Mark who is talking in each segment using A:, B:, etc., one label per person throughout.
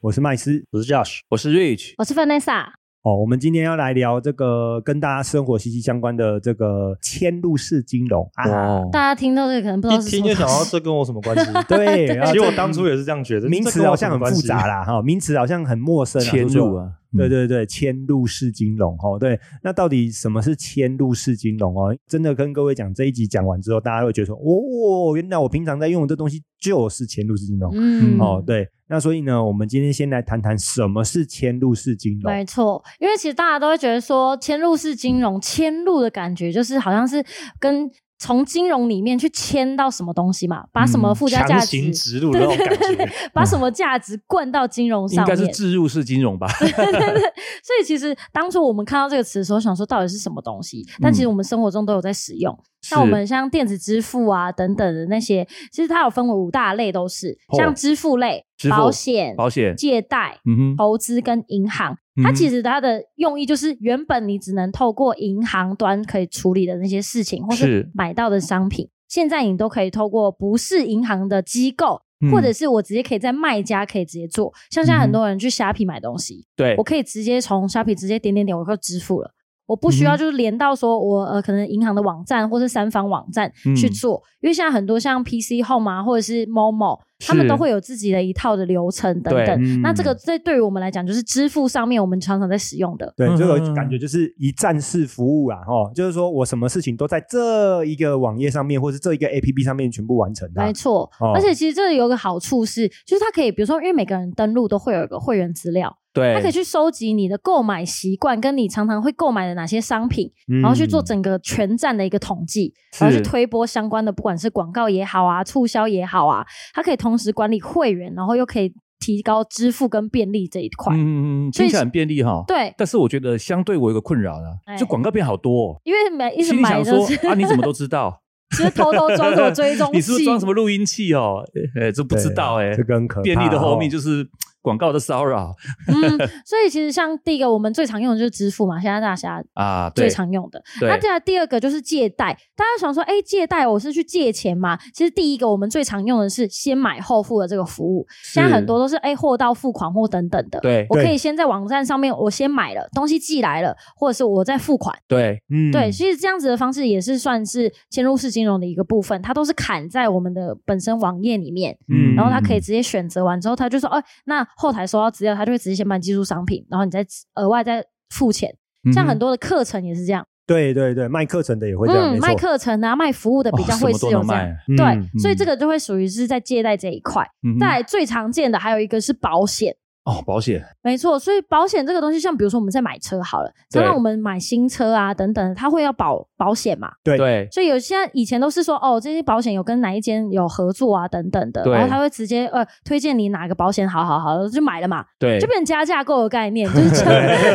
A: 我是麦斯。
B: 我是 Josh，
C: 我是 Rich，
D: 我是 Vanessa，
A: 哦，我们今天要来聊这个跟大家生活息息相关的这个嵌入式金融啊，
C: 哦，
D: 大家听到这个可能不知
B: 一
D: 道是什
B: 听
D: 么
B: 就
D: 东西，
B: 想到这跟我什么关系？
A: 对， 然后
B: 其实
A: 呃这
B: 我当初也是这样觉得，
A: 名
B: 这
A: 词
B: 跟
A: 好
B: 我什么
A: 像很
B: 关
A: 复
B: 系
A: 杂，啦，哈、名词好像很陌生啊，
C: 切
A: 说
C: 入
A: 实话。
C: 啊，
B: 嗯
A: 对对对，嵌入式金融哦，对，那到底什么是嵌入式金融哦？真的跟各位讲，这一集讲完之后，大家会觉得说，哦，原来我平常在用的这东西就是嵌入式金融、
D: 嗯
A: 哦，，对。那所以呢，我们今天先来谈谈什么是嵌入式金融。
D: 没错，因为其实大家都会觉得说，迁入式金融，迁入的感觉就是好像是跟从金融里面去迁到什么东西嘛，把什么附加价
B: 强
D: 值，
B: 行植入的那种感觉。
D: 把什么价值灌到金融
C: 应
D: 上
C: 该
D: 面，
C: 是置入式金融吧？
D: 所以其实当初我们看到这个词的时候，想说到底是什么东西？但其实我们生活中都有在使用。像我们像电子支付啊等等的那些，其实它有分为五大类，都是
C: 哦
D: 像支付类、
C: 支付
D: 保险、
C: 保险，
D: 借贷、
C: 嗯哼，
D: 投资跟银行。它其实它的用意就是，原本你只能透过银行端可以处理的那些事情，或是
C: 是
D: 买到的商品，现在你都可以透过不是银行的机构，
C: 嗯
D: 或者是我直接可以在卖家可以直接做。像现在很
C: 嗯哼
D: 多人去虾皮买东西，
C: 对
D: 我，可以直接从虾皮直接点点点，我就支付了。我不
C: 嗯
D: 需要就是连到说我呃可能银行的网站或是三方网站去
C: 嗯
D: 做，因为现在很多像 PC Home 啊或者是 Momo，他们
C: 是
D: 都会有自己的一套的流程等
C: 对
D: 等。那这个
A: 嗯
D: 这对于我们来讲，就是支付上面我们常常在使用的。
A: 对，
C: 嗯
A: 这个感觉就是一站式服务啊，哈，就是说我什么事情都在这一个网页上面，或是这一个 A P P 上面全部完成的啊
D: 没。错，
A: 哦
D: 而且其实这里有个好处是，就是它可以，比如说，因为每个人登录都会有一个会员资料，
C: 对，
D: 它可以去收集你的购买习惯，跟你常常会购买的哪些商品，
A: 嗯
D: 然后去
C: 嗯
D: 做整个全站的一个统计，然后去
C: 是嗯
D: 推播相关的，不管是广告也好啊，促销也好啊，它可以同时管理会员，然后又可以提高支付跟便利这一块。
C: 嗯嗯嗯，
D: 所以
C: 听起来很便利哈。，
D: 对，
C: 但是我觉得相对我有个困扰呢
D: 哎，
C: 就广告片好多哦，
D: 因为每一直
C: 心里
D: 买
C: 想
D: 都
C: 说
D: 是
C: 啊，你怎么都知 道？
D: 就是偷偷装 什么追踪器，
C: 你是不是装什么录音器哦？ 呃，这不
A: 对啊
C: 知道哎，
A: 这个很可怕。
C: 便利的后面
A: 哦
C: 就是广告的骚扰
D: 嗯，所以其实像第一个我们最常用的就是支付嘛，现在大家
C: 啊，对
D: 最，常啊用的。那
C: 对，
D: 第二第二个就是借贷，大家想说，哎，借贷我是去借钱嘛？其实第一个我们最常用的是先买后付的这个服务，现在很多都是哎货到付款或等等的。
C: 对
D: 我可
A: 对
D: 以先在网站上面我先买了东西寄来了，或者是我在付款。
C: 对，
A: 嗯
D: 对，其实这样子的方式也是算是嵌入式金融的一个部分，它都是砍在我们的本身网页里面，
A: 嗯
D: 然后它可以直接选择完之后，他就说，哦，那后台收到资料，他就会直接先帮你寄出商品，然后你再额外再付钱。像很
C: 多
D: 多的课程也是这样，
A: 对对对，卖课程的也嗯会这样，没错
D: 嗯，
A: 哦
D: 卖课程啊，卖服
C: 哦
D: 务的比较会是有这样。
A: 嗯
D: 对，
A: 嗯
D: 所以这个就会属于是在借贷这一块。再来最常见的还有一个是保险。
C: 嗯哦，保险
D: 没错，所以保险这个东西，像比如说我们在买车好了，常常
C: 对
D: 我们买新车啊等等，它会要保保险嘛。
A: 对
C: 对
D: 所以有些以前都是说哦，这些保险有跟哪一间有合作啊等等的，
C: 对
D: 然后他会直接呃推荐你哪个保险好好好，就买了嘛，
C: 对，
D: 就变成加价购的 概念，就是强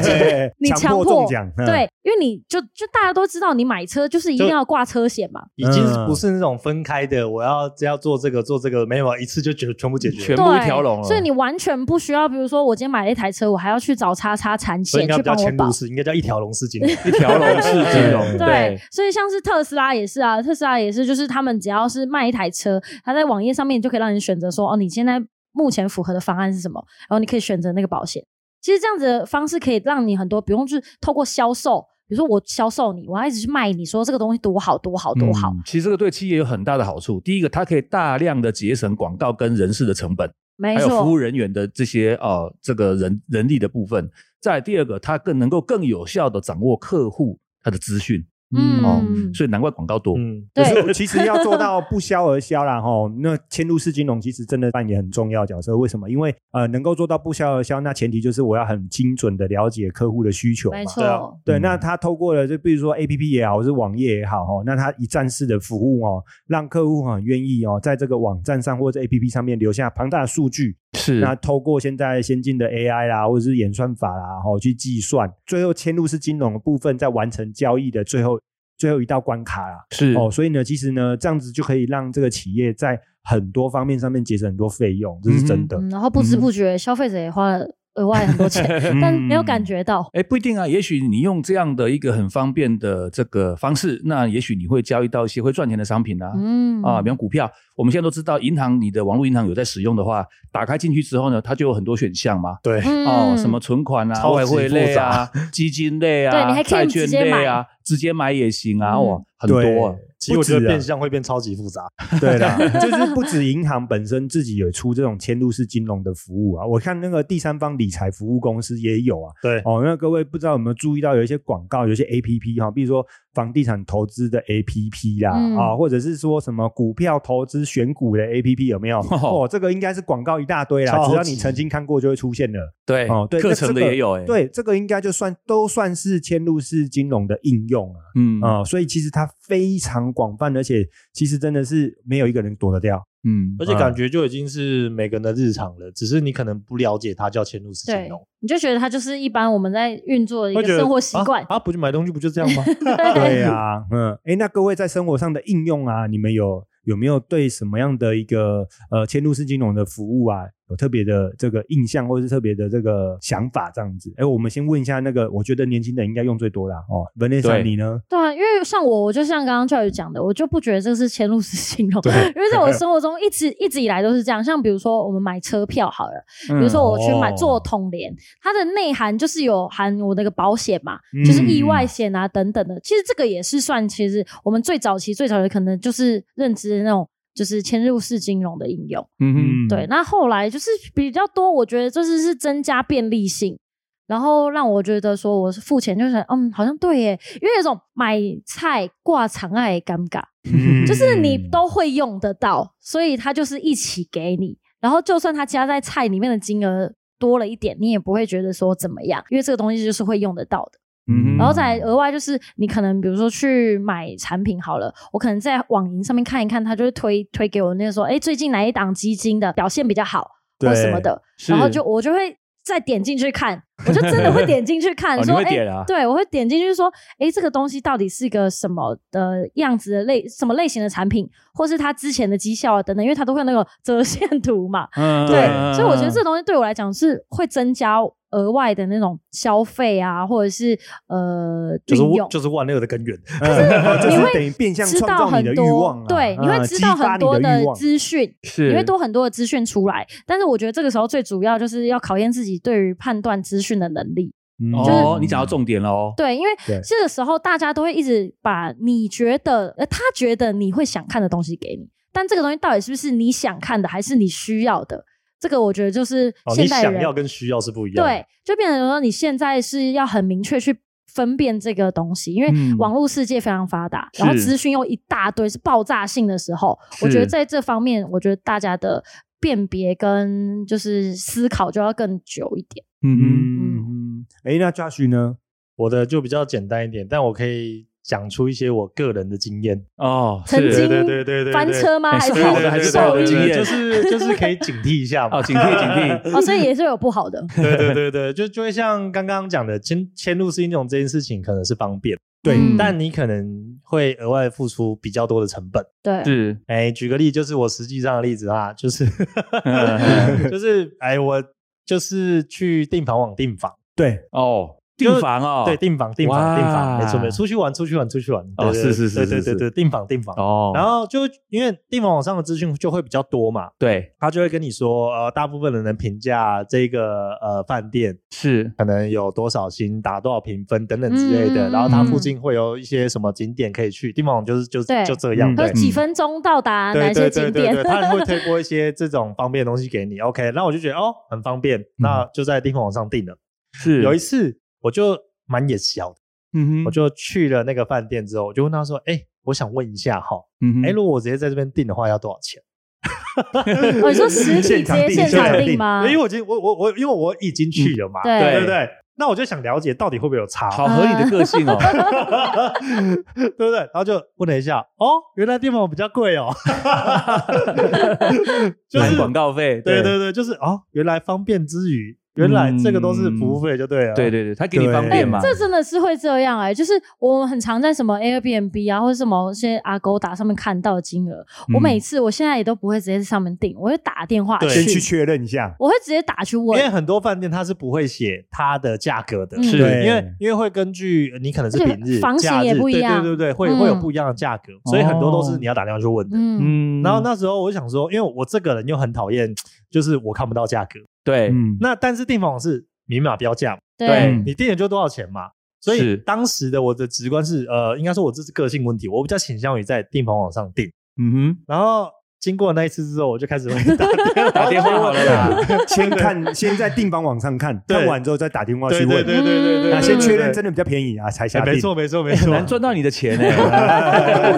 A: 对
D: 你强
A: 迫中奖，嗯
D: 对，因为你就就大家都知道，你买车就是一定
B: 就
D: 要挂车险嘛。
B: 已经不是那种分开的，我要只要做这个做这个，没有一次就全全部解决
C: 全
B: 了。
C: 部
D: 对，
C: 一条龙了
D: 所以你完全不需要，比如说我今天买了一台车，我还要去找叉叉产
B: 所以
D: 险
B: 应该
D: 去
B: 不叫
D: 帮我
B: 嵌
D: 保
B: 入，式，应该叫一条 龙式金融。
C: 一条龙式金融，
D: 对，，所以像是特斯拉也是啊，特斯拉也是，就是他们只要是卖一台车，它在网页上面就可以让你选择说，哦，你现在目前符合的方案是什么，然后你可以选择那个保险。其实这样子的方式可以让你很多不用去透过销售，比如说我销售你，我要一直去卖你说这个东西多好多好多好，
C: 嗯其实这个对企业有很大的好处。第一个，它可以大量的节省广告跟人事的成本，
D: 没
C: 还有服务
D: 错，
C: 人员的这些呃这个人人力的部分。再来第二个，它更能够更有效的掌握客户他的资讯，嗯哦
D: 嗯
C: 所以难怪广告多。哦
B: 嗯，
A: 可
D: 对
A: 是我其实要做到不销而销啦，吼，那迁入式金融其实真的扮演很重要的角色。为什么？因为呃，能够做到不销而销，那前提就是我要很精准的了解客户的需求嘛
D: 没。
B: 对啊
D: 错，
A: 对，
C: 嗯
A: 那他透过了，就比如说 A P P 也好，或是网页也好，哦，那他一站式的服务哦，让客户很愿意哦，在这个网站上或者 A P P 上面留下庞大的数据，
C: 是
A: 那透过现在先进的 A I 啦，或者是演算法啦，哦，去计算，最后迁入式金融的部分，在完成交易的最后最后一道关卡啦。
C: 是
A: 哦，所以呢，其实呢，这样子就可以让这个企业在很多方面上面节省很多费用，这是真的。
D: 嗯，然后不知不觉消费者也花了额外很 多钱，
A: 嗯
D: 但没有感觉到。
C: 哎，不一定啊，也许你用这样的一个很方便的这个方式，那也许你会交易到一些会赚钱的商品啊。
D: 嗯
C: 啊，比方股票，我们现在都知道，银行你的网络银行有在使用的话，打开进去之后呢，它就有很多选项嘛。
B: 对，
D: 嗯
C: 哦，什么存款啊、
B: 超级
C: 外汇类啊、 基金类啊、
D: 对你还可以
C: 债券类啊，直接买也行啊，
D: 嗯
C: 哇，很多啊。
B: 其实我觉
A: 不
B: 得
A: 止啊
B: 变相会变超级复杂。
A: 对啦，就是不止银行本身自己有出这种嵌入式金融的服务啊，我看那个第三方理财服务公司也有啊。
B: 对，
A: 哦，那各位不知道有没有注意到，有一些广告，有一些 A P P 哈，比如说房地产投资的 A P P 啦，
D: 嗯
A: 啊，或者是说什么股票投资选股的 A P P 有没有？
C: 哦
A: 哦，这个应该是广告一大堆啦，
B: 超级
A: 只要你曾经看过就会出现的。
C: 对
A: 哦对
C: 课程的
A: 那这个
C: 也有哎。，
A: 对，这个应该就算都算是嵌入式金融的应用啊。
C: 嗯
B: 哦
A: 啊、所以其实它非常广泛，而且其实真的是没有一个人躲得掉。
C: 嗯
B: 而，且感觉就已经是每个人的日常了，只是你可能不了解它叫迁入式金
D: 对
B: 融，，
D: 你就觉得它就是一般我们在运作的一
B: 会
D: 个
B: 觉得
D: 生活习惯
B: 啊。啊，不就买东西不就这样 吗？
A: 对啊，嗯，哎，那各位在生活上的应用啊，你们有有没有对什么样的一个呃嵌入式金融的服务啊，有特别的这个印象，或者是特别的这个想法这样子？哎，我们先问一下那个，我觉得年轻人应该用最多啦。哦 v a n e s a
C: 对
A: 你呢？
D: 对啊，因为像我，我就像刚刚教育讲的，我就不觉得这是前路式形容，因为在我生活中一直一直以来都是这样。像比如说我们买车票好了，比
C: 比
D: 如说我去买
B: 哦
D: 做统联，它的内涵就是有含我那个保险嘛，就是
A: 嗯
D: 意
B: 嗯
D: 外险啊等等的。其实这个也是算，其实我们最早期最早的可能就是认知的那种。就是嵌入式金融的应用，
A: 嗯，
C: 嗯
D: 对。那后来就是比较多，我觉得就是是增加便利性，然后让我觉得说我是付钱就是嗯，好像对耶，因为有种买菜挂长爱的尴尬，
A: 嗯，
D: 就是你都会用得到，所以它就是一起给你。然后就算它加在菜里面的金额多了一点，你也不会觉得说怎么样，因为这个东西就是会用得到的。
C: 嗯
D: 然后再来额外就是你可能比如说去买产品好了，我可能在网银上面看一看，它就会推推给我那个说，哎，最近哪一档基金的表现比较好或
A: 对
D: 什么的，
C: 是
D: 然后就我就会再点进去看，我就真的会点进去看，
C: 哦你
D: 说
C: 会
D: 哎、
C: 点啊
D: 对，我会点进去说，哎，这个东西到底是一个什么的样子的类，什么类型的产品，或是它之前的绩效啊等等，因为它都会有那个折 线图嘛，
C: 嗯
D: 对，所以我觉得这东西对我来讲是会增加额外的那种消费啊，或者是呃
B: 就是
D: 运
B: 我
D: 用。
B: 就是万恶的根源。
A: 嗯就
D: 你
A: 是
D: 会
A: 等于变相
D: 知
A: 创
D: 道
A: 造
D: 很
A: 你的欲
D: 多
A: 望啊，，
D: 对，你
A: 嗯
D: 会知
A: 激
D: 道
A: 发
D: 很
A: 你
D: 多
A: 的
D: 的
A: 欲望
D: 资讯，
C: 是
D: 你会多很多的资讯出来。但是我觉得这个时候最主要就是要考验自己对于判断资讯的能力。
A: 嗯
C: 哦，你讲到重点了哦。
D: 对，因为
A: 对
D: 这个时候大家都会一直把你觉得呃他觉得你会想看的东西给你，但这个东西到底是不是你想看的，还是你需要的？这个我觉得就是
B: 哦，你
D: 现代人、
B: 想要跟需要是不一样的。
D: 对，就变成说你现在是要很明确去分辨这个东西，因为
C: 嗯
D: 网络世界非常发达，然后
C: 是
D: 资讯又一大堆，是爆炸性的时候，我觉得
C: 是
D: 在这方面，我觉得大家的辨别跟就是思考就要更久一点。
C: 嗯
A: 嗯，哎，那 Josh 呢？
B: 我的就比较简单一点，但我可以讲出一些我个人的经验。
C: 哼，哦，
D: 曾
C: 是
D: 经
B: 对对对对对，
D: 翻车吗？
C: 哎
D: 还
C: 是
D: 是
C: 好的还是不好的
D: 受益
C: 经验
B: 就是就是可以警惕一下 嘛
C: 哦，。警惕警 惕，
D: 哦，所以也是有不好的。
B: 对对对对，就就会像刚刚讲的，迁迁入式金融这件事情可能是方便，
A: 对
D: 嗯
B: 但你可能会额外付出比较多的成本。
D: 对，
C: 是
B: 哎，举个例，就是我实际上的例子啊，就是
C: 嗯
B: 就是哎，我就是去订房网订房，
A: 对，
C: 哦，
B: 就
C: 订房哦，
B: 对，订房订房订房，
C: 哇
B: 没错没错，出去玩出去玩出去玩，
C: 哦
B: 对对
C: 是是是
B: 对
C: 是
B: 对
C: 是
B: 对对，订房订房。
C: 哦，
B: 然后就因为订房网上的资讯就会比较多嘛，
C: 对
B: 他就会跟你说，呃，大部分的人评价这个呃饭店
C: 是
B: 可能有多少星，打多少评分等等之类的。
D: 嗯
B: 然后它附近会有一些什么景点可以去，订房网就是就
D: 对
B: 就这样，
A: 嗯
D: 可
B: 对
D: 是。几分钟到达哪
B: 对
D: 些
B: 对
D: 景
B: 嗯对对
D: 点 哦
B: 对，？他会推播一些这种方便的东西给你。OK，那我就觉得哦，很方便，那就在订房网上订了。
C: 嗯是，
B: 有一次我就蛮野小的，
A: 嗯哼
B: 我就去了那个饭店之后，我就问他说：“哎、我想问一下哈，
C: 嗯哼
B: 哎、如果我直接在这边订的话，要多少钱？”
D: 哦，你说实体直
A: 现场
D: 接
A: 订
D: 现场
A: 现场
D: 订
A: 订
D: 吗？嗯
B: 因为我已经我我我因为我已经去了嘛，
D: 对
B: 对不对？那我就想了解到底会不会有差，
C: 好合你的个性哦，
B: 对不对？然后就问了一下，哦，原来地方比较贵 哦， 就
C: 含
B: 是
C: 广告费，
B: 对
C: 对
B: 对对，就是哦，原来方便之余，原来这个都是服务费就对了，
C: 嗯对对对，他给你方
D: 哎、
C: 便嘛，
D: 这真的是会这样哎、就是我们很常在什么 Airbnb 啊，或者什么一些 Agoda 上面看到的金额。我
C: 嗯
D: 每次我现在也都不会直接在上面订，我会打电话
B: 对
A: 先去确认一下，
D: 我会直接打去
B: 因为
D: 问。
B: 很多饭店它是不会写它的价格的，
D: 嗯
C: 是
A: 对
B: 因为因为会根据你可能是
D: 而且
B: 平日、
D: 房型
B: 假
D: 也
B: 日
D: 不一样
B: 对对对对，会
D: 嗯
B: 会有不一样的价格，所以很多都是
C: 哦
B: 你要打电话去问的。
D: 嗯，
C: 嗯
B: 然后那时候我想说，因为我这个人又很讨厌，就是我看不到价格。
C: 对，
A: 嗯，
B: 那但是订房网是明码标价嘛，
D: 对
C: 对，
B: 你订的就多少钱嘛。所以
C: 是
B: 当时的我的直观是，呃，应该说我这是个性问题，我比较倾向于在订房网上订。
C: 嗯
B: 然后经过那一次之后，我就开始会打电话
C: 哼，打电话好了啦，
A: 先看，先在订房网上看，
B: 对
A: 看完之后再打电话去
B: 对
A: 问，
B: 对对对对对，
A: 啊
B: 对
A: 先确认
B: 对
A: 真的比较便宜啊才下
B: 哎
A: 定。
B: 没错没错没
C: 很
B: 错，
C: 难赚到你的钱
B: 啊
C: 哎，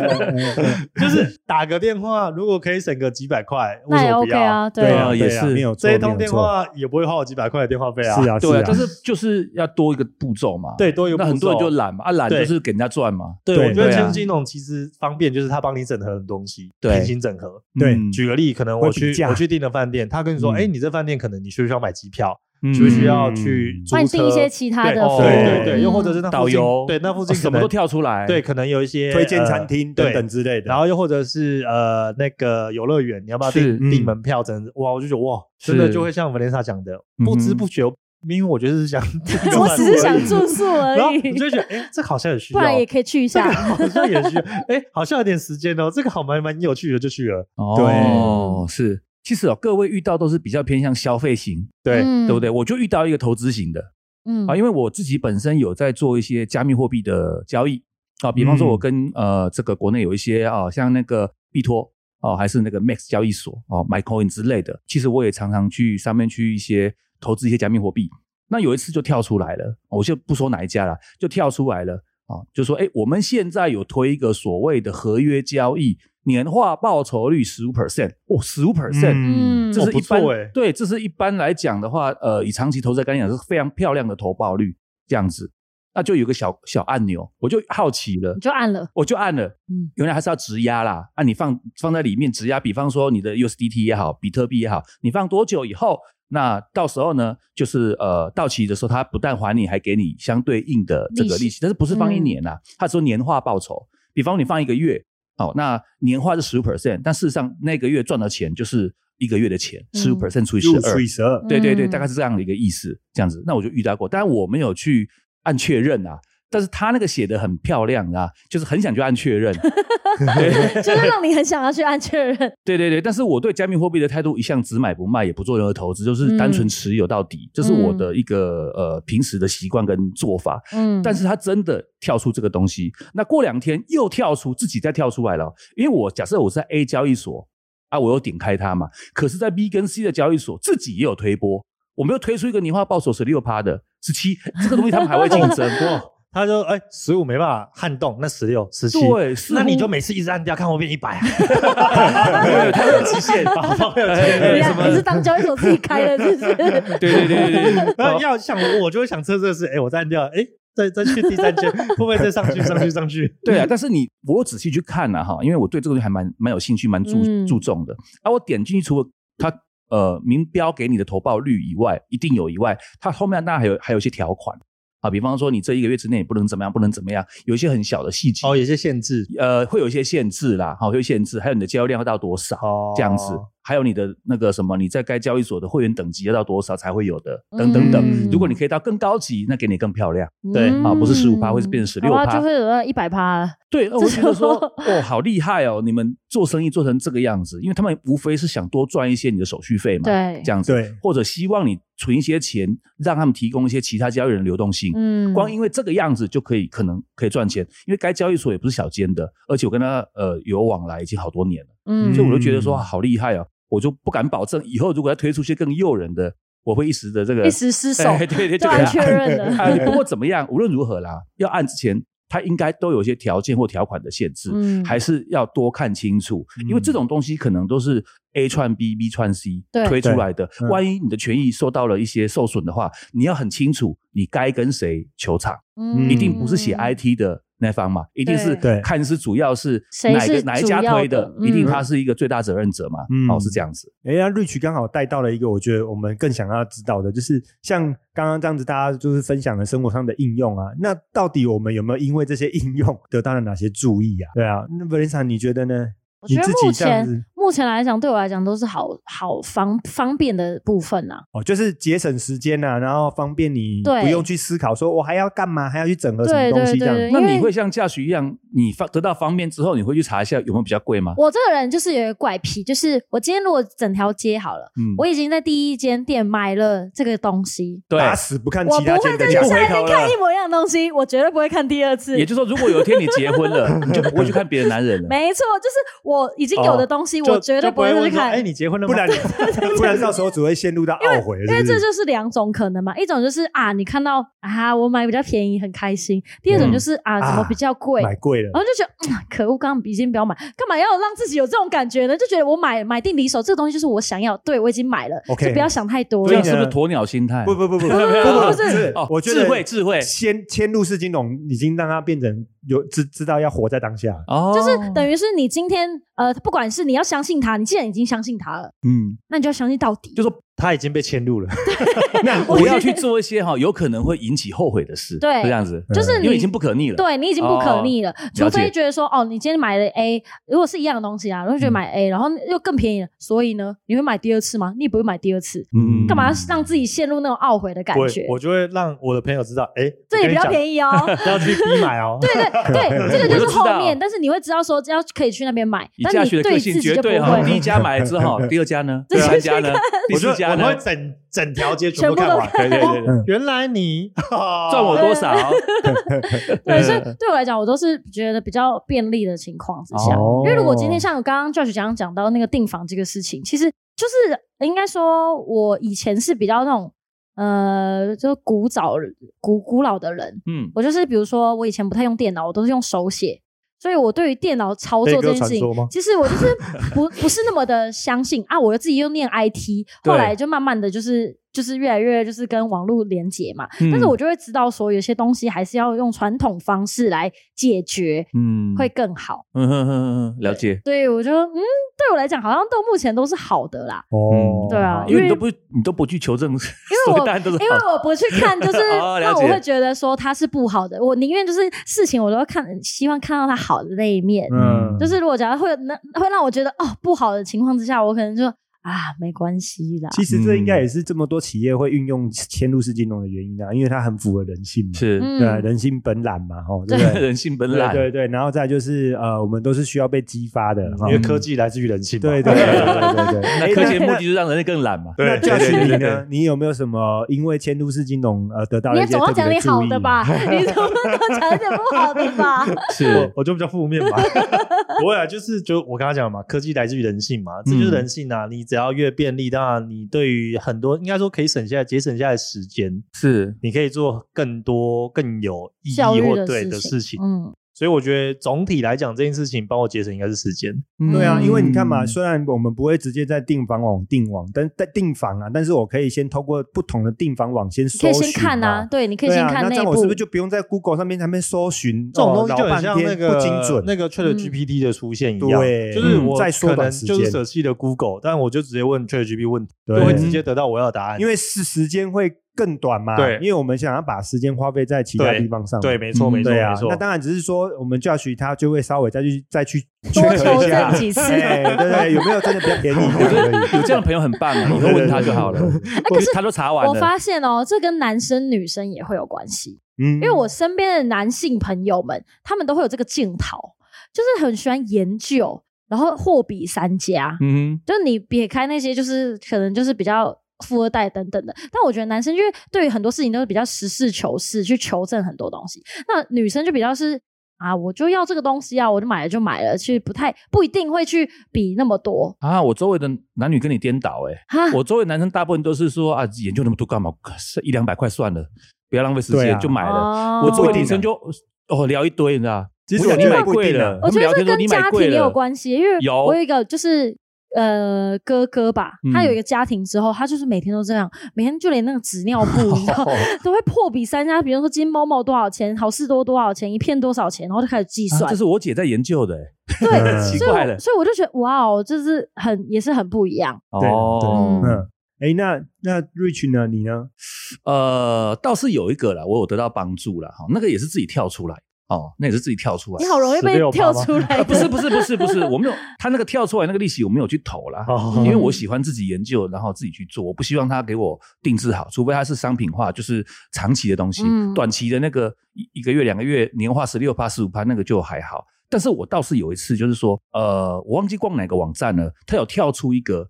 B: 就是打个电话，如果可以省个几百块，
D: 那
B: 为什
D: 也
B: 么不
D: OK
B: 要？
D: 啊，
A: 对
D: 啊
A: 啊，
C: 也
A: 对啊
C: 是
A: 没有错，
B: 这一通
A: 没有
B: 电
A: 错
B: 话也不会花我几百块的电话费啊。
A: 是啊，
C: 对啊，
A: 啊
C: 但，是就是要多一个步骤嘛，，
B: 对，多一个步
C: 那
B: 骤
C: 很多人就懒嘛，啊懒
B: 对
C: 就是给人家赚嘛，
B: 对，
A: 对
B: 我觉得
C: 对啊
B: 千金农其实方便，就是他帮你整合很多东西，
C: 对
B: 平行整合。
A: 对
C: 嗯
B: 举个例，可能我
A: 会比
B: 去
A: 价
B: 我去订的饭店，他跟你说，
C: 嗯
B: 哎，你这饭店可能你需不需要买机票，
C: 嗯
B: 需不需要去租
D: 帮你订
B: 车？
D: 一些其他的
B: 对哦
D: 服务，
B: 对对对，
D: 嗯
B: 又或者是那附
C: 导
B: 近
C: 游，哦
B: 对那附近
C: 什
B: 可
C: 么
B: 能
C: 都跳出来，
B: 对，，可能有一些
A: 推荐餐。
B: 呃
A: 厅
B: 对
A: 等等之类的。
B: 然后又或者是呃那个游乐园，你要不要
C: 是
B: 订
A: 嗯
B: 订门票？真的哇，我就觉得哇，真的
C: 是
B: 就会像 Vanessa 讲的，
C: 嗯哼
B: 不知不觉，因为我觉得是想订个
D: 我
B: 饭
D: 只是
B: 店而
D: 想
B: 已
D: 住宿
B: 然后
D: 而
B: 你
D: 已，
B: 就觉得哎，诶这个好像也需
D: 不
B: 要，
D: 然也可以去一
B: 这个
D: 下。
B: 好像也需要，哎，好像有点时间哦，这个好蛮蛮有趣的，就去了。
C: 哦，是，其实哦，各位遇到都是比较偏向消费型，
B: 对，
D: 嗯
C: 对不？对？我就遇到一个投资型的，
D: 嗯
C: 啊，因为我自己本身有在做一些加密货币的交易啊，比方说我跟、呃这个国内有一些啊，像那个币托哦、还是那个 Max 交易所哦、MyCoin 之类的，其实我也常常去上面去一些投资一些加密货币。那有一次就跳出来了，我就不说哪一家了，就跳出来了啊，就说哎，我们现在有推一个所谓的合约交易，年化报酬率十五 percent，哦，十五 percent，
D: 嗯，
C: 这
B: 哦
C: 是
B: 不
C: 一般、
B: 错欸
C: 对，这是一般来讲的话，呃，以长期投资的概念来讲是非常漂亮的投报率这样子。那就有个小小按钮，我就好奇了
D: 你，就按了，
C: 我就按了，
D: 嗯
C: 原来还是要质押啦。啊，你放放在里面质押，比方说你的 USDT 也好，比特币也好，你放多久以后，那到时候呢，就是呃到期的时候，它不但还你，还给你相对应的这个
D: 利息
C: 利息，但是不是放一
D: 嗯
C: 年啊？它说年化报酬，比方你放一个月，哦，那年化是十五 percent，但事实上那个月赚的钱就是一个月的钱，十五 percent 除以十
A: 入
C: 二
A: 除以，十二，
C: 对对对，
D: 嗯
C: 大概是这样的一个意思，这样子。那我就遇到过，但我没有去按确认啊。但是他那个写的很漂亮啊，就是很想去按确认，对
D: 就是让你很想要去按确认。
C: 对对对。但是我对加密货币的态度一向只买不卖，也不做任何投资，就是单纯持有到底，这是我的一个呃平时的习惯跟做法。
D: 嗯，
C: 但是他真的跳出这个东西，那过两天又跳出，自己再跳出来了。因为我假设我是在 A 交易所啊，我有点开它嘛，可是，在 B 跟 C 的交易所自己也有推波，我们又推出一个年化报酬十六趴的，十七这个东西他们还会竞 争。哇，
B: 他就哎，十五没办法撼动，那十六、十七，
C: 对，似乎
B: 那你就每次一直按掉，看会变一百。啊
C: 对它有极限。
B: 好方便有极
C: 哎
D: 你
B: 限
C: 哎
D: 啊
C: 什么
D: 你是当交易所自己开的，是不 是？
C: 对对对对对，
B: 那要想我，我就会想测测试，哎，我再按掉，哎，再再去第三圈，会不会再上去上去上去？
C: 对啊，但是你我有仔细去看啊了、哈，因为我对这个东西还蛮蛮有兴趣，蛮注、
D: 嗯
C: 注重的。啊，我点进去，除了它呃明标给你的投报率以外，一定有以外，它后面那还有还有一些条款啊，比方说你这一个月之内你不能怎么样，不能怎么样，有一些很小的细节，
B: 哦，有些限制
C: 呃，会有一些限制啦，好、会有限制，还有你的交易量要到多少、
B: 哦
C: 这样子，还有你的那个什么，你在该交易所的会员等级要到多少才会有的，等等等。
D: 嗯
C: 如果你可以到更高级，那给你更漂亮。
B: 对
C: 啊不是15%会是变成16%
D: 好吧就会有到一百趴。
C: 对， 那我就
D: 这
C: 觉得
D: 时
C: 说，
D: 候
C: 哦，好厉害哦！你们做生意做成这个样子，因为他们无非是想多赚一些你的手续费嘛，
D: 对
C: 这样子，
A: 对
C: 或者希望你存一些钱，让他们提供一些其他交易人的流动性。
D: 嗯，
C: 光因为这个样子就可以可能可以赚钱，因为该交易所也不是小间的，而且我跟他呃有往来已经好多年了，
D: 嗯
C: 所以我就觉得说
A: 嗯
C: 好厉害哦，我就不敢保证以后如果要推出一些更诱人的我会一时的这个
D: 一时失手，
C: 哎 对对，
D: 突
C: 这个
D: 然确 认了。
C: 啊，不过怎么样，无论如何啦，要按之前，它应该都有一些条件或条款的限制，
D: 嗯
C: 还是要多看清楚，
A: 嗯
C: 因为这种东西可能都是 A 串 B，B 串 C
D: 对
C: 推出来的
A: 对嗯。
C: 万一你的权益受到了一些受损的话，你要很清楚你该跟谁求偿，
A: 嗯
C: 一定不是写 IT 的。那方嘛，一定是
A: 对
C: 看是主要是
D: 谁
C: 哪个
D: 是
C: 哪一家推的
D: 主要，的
C: 一定
D: 嗯
C: 他是一个最大责任者嘛，
A: 嗯
C: 哦是这样子，
A: 哎，那 Rich 刚好带到了一个我觉得我们更想要知道的，就是像刚刚这样子，大家就是分享了生活上的应用啊，那到底我们有没有因为这些应用得到了哪些注意啊？对啊，那 Vanessa 你觉得呢？
D: 我
A: 你
D: 觉得
A: 自己
D: 目
A: 这样
D: 前
A: 子
D: 目前来讲，对我来讲都是好好方方便的部分啊。
A: 哦，就是节省时间呐、啊，然后方便你
D: 对
A: 不用去思考说我还要干嘛，还要去整合什么
D: 对
A: 东
D: 对
A: 西这样子。
D: 对对，
C: 那
D: 因
C: 你
D: 为
C: 会像驾驶一样，你发得到方便之后，你会去查一下有没有比较贵吗？
D: 我这个人就是有一个怪癖，就是我今天如果整条街好了，
C: 嗯，
D: 我已经在第一间店买了这个东西，
C: 对，
A: 打死不看
D: 我
A: 其
D: 不
A: 他
D: 会
A: 间
D: 再
A: 的
D: 去
A: 价
C: 不
A: 格
C: 会
D: 下一
C: 回
D: 间
C: 头
D: 看
C: 了
D: 一模一样的东西，我绝对不会看第二次
C: 也。就是说，如果有一天你结婚 了，你就不会去看别的男人了。
D: 没错，就是我已经有的东西，我绝对
B: 哦就
D: 不
B: 会
D: 再
B: 问
D: 去
B: 说
D: 看。
B: 哎，你结婚了
A: 不
B: 吗？
A: 然不然到时候只会陷入到懊悔，
D: 因为
A: 是
D: 这
A: 不是
D: 就是两种可能嘛，一种就是啊，你看到啊，我买比较便宜，很开心；第二种就是、啊，什么比较贵，
A: 买贵了
D: 然。后就觉得、嗯、可恶，刚刚已经不要买，干嘛要让自己有这种感觉呢？就觉得我买买定离手，这个东西就是我想要，对我已经买了
A: OK
D: 就不要想太多
A: 所
C: 这
A: 以
C: 样
A: 呢
C: 是不是鸵鸟心态？
A: 不不不不不不
D: 不
A: 不
D: 哦是
A: 是
C: 哦，
A: 我觉得
C: 智慧智慧
A: 先迁入式金融已经让他变成有知知道要活在当下。
C: 哦，
D: 就是等于是你今天呃，不管是你要相信他，你既然已经相信他了，
C: 嗯，
D: 那你就要相信到底。
C: 就是
B: 他已经被迁入了，
C: 那不要去做一些哈有可能会引起后悔的事，
D: 对
C: 这样子，
D: 就是你
C: 因为已经不可逆了。
D: 对你已经不可逆了，除
C: 哦了解
D: 非觉得说哦，你今天买了 A，如果是一样的东西啊，然后
C: 嗯
D: 觉得买 A，、然后又更便宜了，所以呢，你会买第二次吗？你也不会买第二次，
C: 嗯
D: 干嘛让自己陷入那种懊悔的感
B: 我
D: 觉？
B: 我就会让我的朋友知道，哎，
D: 这里比较
B: 宜，
D: 便宜哦。
B: 不要去逼买哦。
D: 对对对，这个
C: 我
D: 就
C: 就是知道
D: 后面，但是你会知道说要可以去那边买
C: 以，
D: 但
C: 嫁
D: 你
C: 娶的
D: 对
C: 个
D: 自
C: 性
D: 己
C: 绝
D: 就不
C: 对哈，第一
D: 会。
C: 家买了 之后，第二家呢，第
D: 这
C: 三家呢，第
B: 我就
C: 四家
B: 我
C: 呢
B: 会，整整条街全部
D: 全
B: 看
D: 部都
C: 对
B: 完。
C: 对对对，
A: 嗯
B: 原来你
C: 赚
B: 赚
C: 我多少？
D: 对，所以对我来讲，我都是觉得比较便利的情况之下。
A: 哦
D: 因为如果今天像刚刚 Josh 讲讲到那个订房这个事情，其实就是应该说，我以前是比较那种呃，就古早古古老的人，
C: 嗯，
D: 我就是比如说，我以前不太用电脑，我都是用手写，所以我对于电脑操作
B: 飞
D: 这件
B: 鸽
D: 事
B: 传
D: 情
B: 说吗，
D: 其实我就是不不是那么的相信啊。我又自己又念 IT，
C: 对
D: 后来就慢慢的就是就是越来越就是跟网络连接嘛，
C: 嗯
D: 但是我就会知道说，有些东西还是要用传统方式来解决。
C: 嗯
D: 会更好，
C: 嗯哼哼哼，哼了解。
D: 所以我就嗯，对我来讲，好像到目前都是好的啦，
C: 嗯
A: 哦，
D: 对啊
C: 因为你
D: 因
C: 都
D: 为
C: 不你都不去求证，因
D: 我
C: 答案都是
D: 因为
C: 好的
D: 我不去看，就是
C: 哦了
D: 让
C: 解
D: 我会觉得说它是不好的，我宁愿就是事情我都要看，希望看到它好的那一面，
A: 嗯，
D: 就是如果假如会那会让我觉得哦不好的情况之下，我可能就啊没关系啦。
A: 其实这应
C: 嗯
A: 该也是这么多企业会运用嵌入式金融的原因啊，因为它很符合人性嘛，
C: 是
A: 对啊
D: 嗯，
A: 人性本懒嘛，哦，对不对？
C: 人性本
A: 对
C: 懒，
A: 对对，然后再就是呃，我们都是需要被激发的，哈
B: 因为科技来自于人性嘛。
A: 对对对对对对，
C: 那
A: 哎
C: 嗯科学目的就是让人类更懒嘛。
A: 那
B: 对
A: 教
B: 对
A: 训
B: 对
A: 你
B: 对
A: 呢？你有没有什么因为嵌入式金融呃得到
D: 你
A: 了一
D: 也
A: 些
D: 总
A: 特
D: 要
A: 别
D: 讲点
A: 注
D: 好
A: 意
D: 的？吧？你怎么都讲一点不好的吧？
C: 是
D: 哦
B: 我，我就比较负 面嘛。不会啊，就是就我刚刚讲嘛，科技来自于人性嘛，这
D: 嗯
B: 就是人性啊。你只要越便利，当然你对于很多应该说可以省下来、节省下来时间，
C: 是，
B: 你可以做更多更有意
D: 教
B: 义
D: 育
B: 或
D: 的
B: 对
D: 事
B: 的
D: 情
B: 事情。
D: 嗯，
B: 所以我觉得总体来讲，这件事情帮我节省应该是时间。
A: 对啊，
C: 嗯
A: 因为你看嘛，虽然我们不会直接在订房网订网，但在订房啊，但是我可以先透过不同的订房网先
D: 可
A: 搜
D: 以
A: 寻嘛，
D: 先看啊，对，你可以
A: 对
D: 先
A: 啊，
D: 看
A: 那这
D: 内
A: 样
D: 部。
A: 我是不是就不用在 Google 上面上面搜寻
B: 这种东西就
A: 哦
B: 很
A: 老
B: 像
A: 半
B: 那
A: 天
B: 个
A: 不精准？
B: 那个 Chat
D: 嗯
B: GPT 的出现一样，
A: 对
B: 就是
C: 嗯
B: 我
A: 再缩
B: 可
A: 短
B: 能
A: 时
B: 就是
A: 间
B: 舍弃了 Google，但我就直接问 Chat GPT 问题，就
A: 对嗯
B: 会直接得到我要的答案。
A: 因为是时间会更短嘛，
B: 对
A: 因为我们想要把时间花费在其他
B: 对
A: 地方上嘛，
B: 对，没错，
C: 嗯
B: 没错，
A: 对啊
B: 没，错
A: 那。当然只是说我们 Josh 他就会稍微再去 再去
D: 多
A: 确认
D: 求
A: 一下
D: 证，几次？
A: 哎，对对，有没有真的比较便宜？
C: 我觉
A: 这
C: 得
A: 样而已
C: 有这样的朋友很棒啊，以后问他就好了。
A: 哎
C: 可是他都查完
D: 我
C: 了，
D: 发现哦，这跟男生女生也会有关系，
A: 嗯，因
D: 因为我身边的男性朋友们，他们都会有这个镜头，就是很喜欢研究，然后货比三家。
C: 嗯
D: 就是你撇开那些，就是可能就是比较富二代等等的，但我觉得男生因为对于很多事情都是比较实事求是，去求证很多东西。那女生就比较是啊，我就要这个东西啊，我就买了就买了，其实不太不一定会去比那么多
C: 啊，我周围的男女跟你颠倒哎、
D: 哈。
C: 我周围男生大部分都是说啊，研究那么多干嘛？一两百块算了，不要浪费时
A: 对
C: 间，
A: 啊
C: 就买了。
D: 哦
C: 我周围女生就哦聊一堆，你知道吗？
A: 其实我
C: 我想你
A: 觉得
C: 买
A: 不一
C: 贵
A: 定啊
C: 了，
D: 我觉
C: 他们聊
D: 得这
C: 天说
D: 跟
C: 你
D: 家
C: 买贵
D: 庭也有
C: 了，
D: 关系，因为
C: 有
D: 我有一个就是呃哥哥吧，
C: 嗯
D: 他有一个家庭之后，他就是每天都这样，每天就连那个纸尿布，你知
C: 哦
D: 道都会破比三家，比如说金某某多少钱，好事多多少钱，一片多少钱， 然后就开始计
C: 啊
D: 算
C: 这。是我姐在研究的、哎
A: 嗯
D: 对，
C: 奇
D: 所以
C: 怪了
D: 我所以我就觉得哇哦，这是很也是很不一样。
C: 哎
A: 对
C: 哦，
D: 对
A: 嗯，哎，那那 Rich 呢？你呢？
C: 呃，倒是有一个啦，我有得到帮助啦。哈，那个也是自己跳出来哦，那也是自己跳出来呃
D: 你。好容易被
B: 16%
D: 跳出来的，
C: 啊不是不是不是不是，我没有他那个跳出来那个利息我没有去投啦，
B: 哦
C: 因为
D: 嗯
C: 我喜欢自己研究，然后自己去做，我不希望他给我定制好，除非它是商品化，就是长期的东西，
D: 嗯
C: 短期的那个一一个月、两个月，年化十六趴、十五趴那个就还好。但是我倒是有一次，就是说，呃，我忘记逛哪个网站了，它有跳出一个，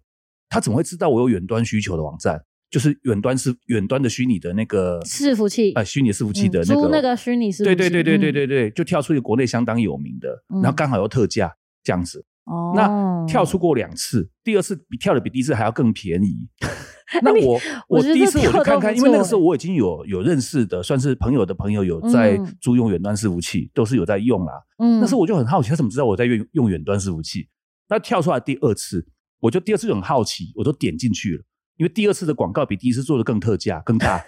C: 它怎么会知道我有远端需求的网站？就是远端是远端的虚拟的那个
D: 伺服器
C: 呃，虚拟伺服器
D: 嗯
C: 的那个
D: 租那个虚拟是，
C: 对对对对对对对，就跳出一个国内相当有名的，
D: 嗯
C: 然后刚好又特价这样子，
D: 嗯。哦，
C: 那跳出过两次，第二次比跳的比第一次还要更便宜。 那
D: 你
C: 我
D: 我
C: 我
D: 觉得
C: 第一次我
D: 跳
C: 就
D: 得
C: 看
D: 不
C: 看，因为那个
D: 错
C: 时候我已经有有认识的，算是朋友的朋友有在
D: 嗯
C: 租用远端伺服器，都是有在用啦。
D: 嗯
C: 那时候我就很好奇，他怎么知道我在用用远端伺服器？那跳出来第二次，我就第二次就很好奇，我都点进去了。因为第二次的广告比第一次做的更特价、更 大，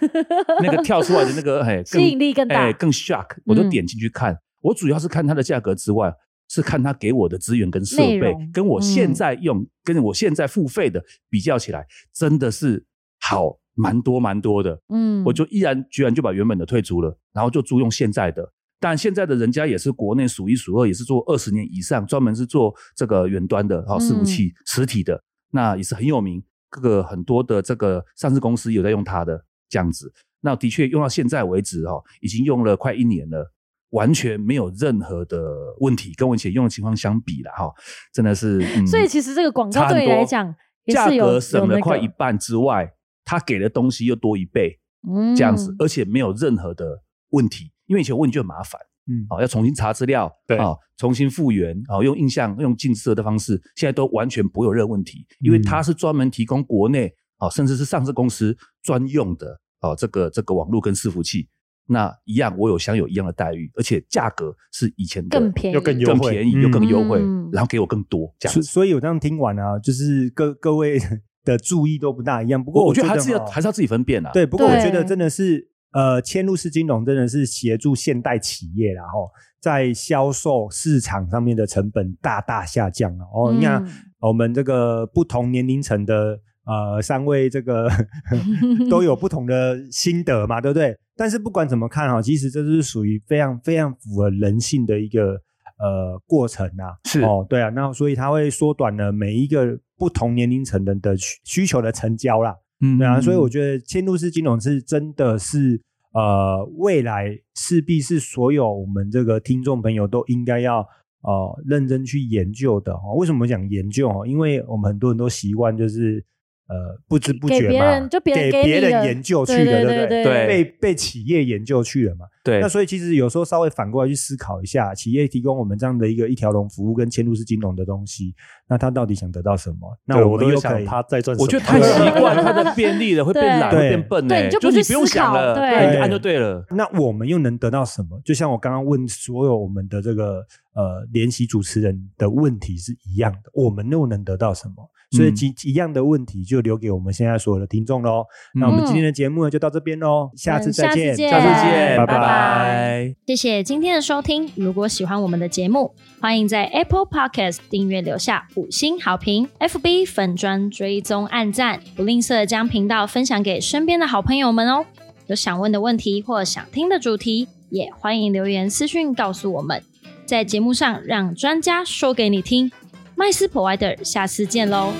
C: 那个跳出来的那个哎，更
D: 吸引力更大嗯
C: 哎，更 shock，我都点进去看。我主要是看它的价格之外，是看它给我的资源跟设
D: 内
C: 备
D: 容，
C: 跟我现
D: 嗯
C: 在用、跟我现在付费的比较起来，真的是好蛮多蛮多的。
D: 嗯，
C: 我就毅然决然就把原本的退出了，然后就租用现在的。但现在的人家也是国内数一数二，也是做二十年以上，专门是做这个远端的哦，伺服器、
D: 嗯
C: 实体的，那也是很有名，各个很多的这个上市公司有在用它的这样子。那的确用到现在为止哦，已经用了快一年了，完全没有任何的问题，跟我以前用的情况相比了哈、哦，真的是。嗯、
D: 所以其实这个广告
C: 差很
D: 对你来
C: 多
D: 讲也
C: 价
D: 是有
C: 格省了快一，
D: 有
C: 半之外，他给的东西又多一倍。
D: 那个嗯
C: 这样子，而且没有任何的问题，因为以前问卷很麻烦，
A: 嗯，
C: 啊、要重新查资料，
B: 对
C: 啊、重新复原，啊、用印象、用近色的方式，现在都完全不会有任何问题，因为
A: 嗯
C: 它是专门提供国内啊、甚至是上市公司专用的啊、这个这个网络跟伺服器，那一样我有享有一样的待遇，而且价格是以前的
D: 更便宜，
B: 又更优
C: 更
B: 惠
C: 便宜又更优惠，
D: 嗯
C: 然后给我更多这样
A: 所
C: 子。
A: 所以我这样听完啊，就是各各位的注意都不大一样。不过
C: 我我
A: 觉
C: 觉得还
A: 得
C: 是要
A: 哈
C: 还是要自己分辨啊。
A: 对，不过我
D: 对
A: 觉得真的是，呃，嵌入式金融真的是协助现代企业然后在销售市场上面的成本大大下降了哦。
D: 嗯
A: 你看我们这个不同年龄层的呃三位这个都有不同的心得嘛，对不对？但是不管怎么看哈、其实这是属于非常非常符合人性的一个呃过程啊。
C: 是
A: 哦，对啊，那所以它会缩短了每一个不同年龄层的的需需求的成交啦。
C: 嗯
A: 对啊，所以我觉得嵌入式金融是真的是呃，未来势必是所有我们这个听众朋友都应该要呃认真去研究的哦。为什么讲研究哦？因为我们很多人都习惯就是呃不知不觉
D: 给
A: 嘛，
D: 别人就别
A: 给
D: 人给
A: 别
D: 你
A: 人
D: 的
A: 研究去
D: 对
A: 的，
D: 对
A: 不
D: 对
C: 对
A: 被被企业研究去了嘛。
C: 对
A: 那所以其实有时候稍微反过来去思考一下，企业提供我们这样的一个一条龙服务跟嵌入式金融的东西，那他到底想得到什么？那
B: 对
A: 我
B: 我
A: 们
B: 都
A: 又
B: 会
A: 可以
B: 想他在赚什么，啊
C: 我觉得太习惯了，它的便利了，会变懒，
D: 对
C: 会变笨、欸，
D: 啊对你就
C: 是
D: 不去
C: 你不用
D: 思
C: 想
D: 考
C: 了，
D: 对
C: 你就按就对了。
A: 那我们又能得到什么？就像我刚刚问所有我们的这个呃联席主持人的问题是一样的，我们又能得到什么？所以
C: 嗯
A: 几、一样的问题就留给我们现在所有的听众喽。
B: 嗯
A: 那我们今天的节目呢就到这边喽，下次
D: 嗯
A: 再
D: 下次
A: 见，
D: 见
C: 下次
A: 拜
C: 见，
D: 嗯拜
C: 拜
D: 拜谢谢今天的收听。如果喜欢我们的节目，欢迎在 Apple Podcast 订阅留下五星好评，FB 粉砖追踪按赞，不吝啬将频道分享给身边的好朋友们哦。有想问的问题或想听的主题，也欢迎留言私讯告诉我们，在节目上让专家说给你听。麦斯 Provider，下次见喽。